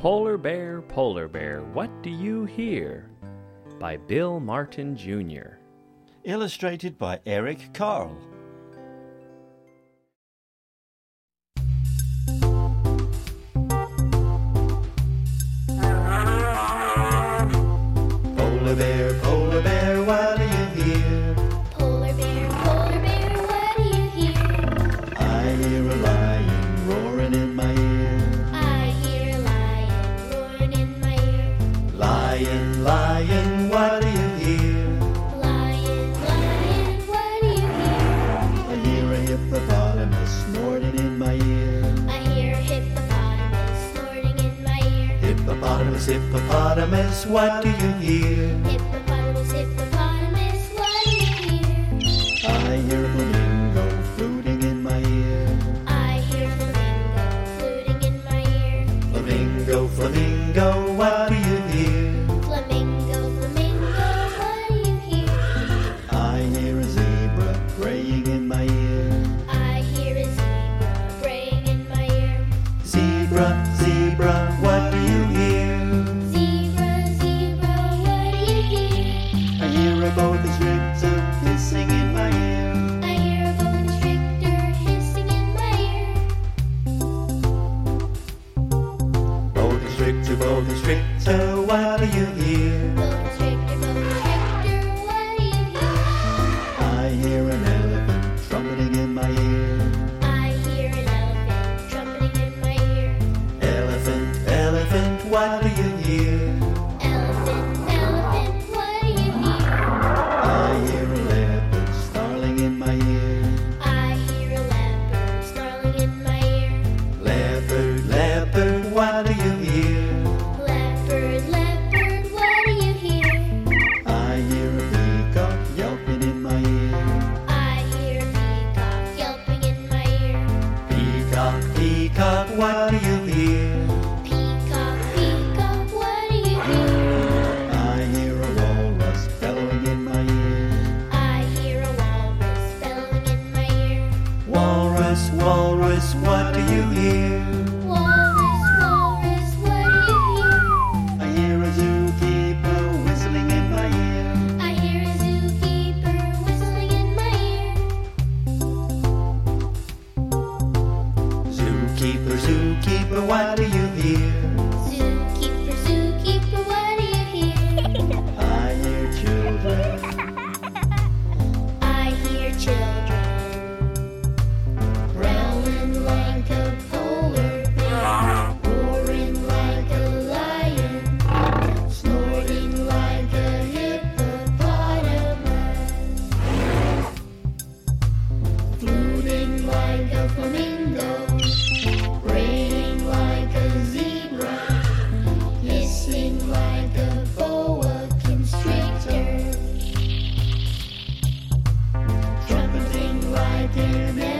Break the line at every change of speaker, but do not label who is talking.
Polar Bear, Polar Bear, What Do You Hear? by Bill Martin Jr.
Illustrated by Eric Carl. Polar bear, polar bear, what do you hear?
Polar bear, polar bear, what do you hear?
I hear a lion roaring in my ear.
I hear a lion roaring in my ear.
Lion, lion, what do you hear?
Lion, lion, what do you hear?
I hear a hippopotamus snorting in my ear.
I hear a hippopotamus snorting in my ear.
Hippopotamus, hippopotamus, what do you hear?
Hippopotamus, hippopotamus, what do you hear?
I hear a flamingo fluting in my ear.
I hear a flamingo fluting in my ear.
Flamingo, flamingo, what do you hear?
Flamingo, flamingo, what do you hear?
I hear a zebra braying in my ear.
I hear a zebra braying in my ear.
Zebra, zebra, what do you hear?
Zebra, zebra, what do you hear?
I hear a boa constrictor hissing in my ear.
I hear a boa constrictor hissing in my ear.
Boa constrictor, boa constrictor, what do you hear?
Boa constrictor, boa constrictor, what do you hear?
I hear an elephant trumpeting in my ear.
I hear an elephant trumpeting in my ear.
Elephant, elephant, what do you hear?
Elephant, elephant, what do you hear?
I hear a leopard snarling in my ear.
I hear a leopard snarling in my ear.
Leopard, leopard, what do you hear?
Leopard, leopard, what do you hear?
I hear a peacock yelping in my ear.
I hear a peacock yelping in my ear.
Peacock, peacock, what do you hear?
Peacock, peacock, what do you hear?
I hear a walrus bellowing in my ear.
I hear a walrus bellowing in my ear.
Walrus, walrus, what do you hear?
Walrus, walrus, what do you hear?
I hear a zookeeper whistling in my ear.
I hear a zookeeper whistling in my ear.
Zookeeper, zookeeper, what do you hear?
Zookeeper, zookeeper, what do you hear?
I hear children
I hear children growling like a polar bear, roaring like a lion, snorting like a hippopotamus, fluting like a flamingo, braying like a zebra, hissing like a boa constrictor. Trumpeting like an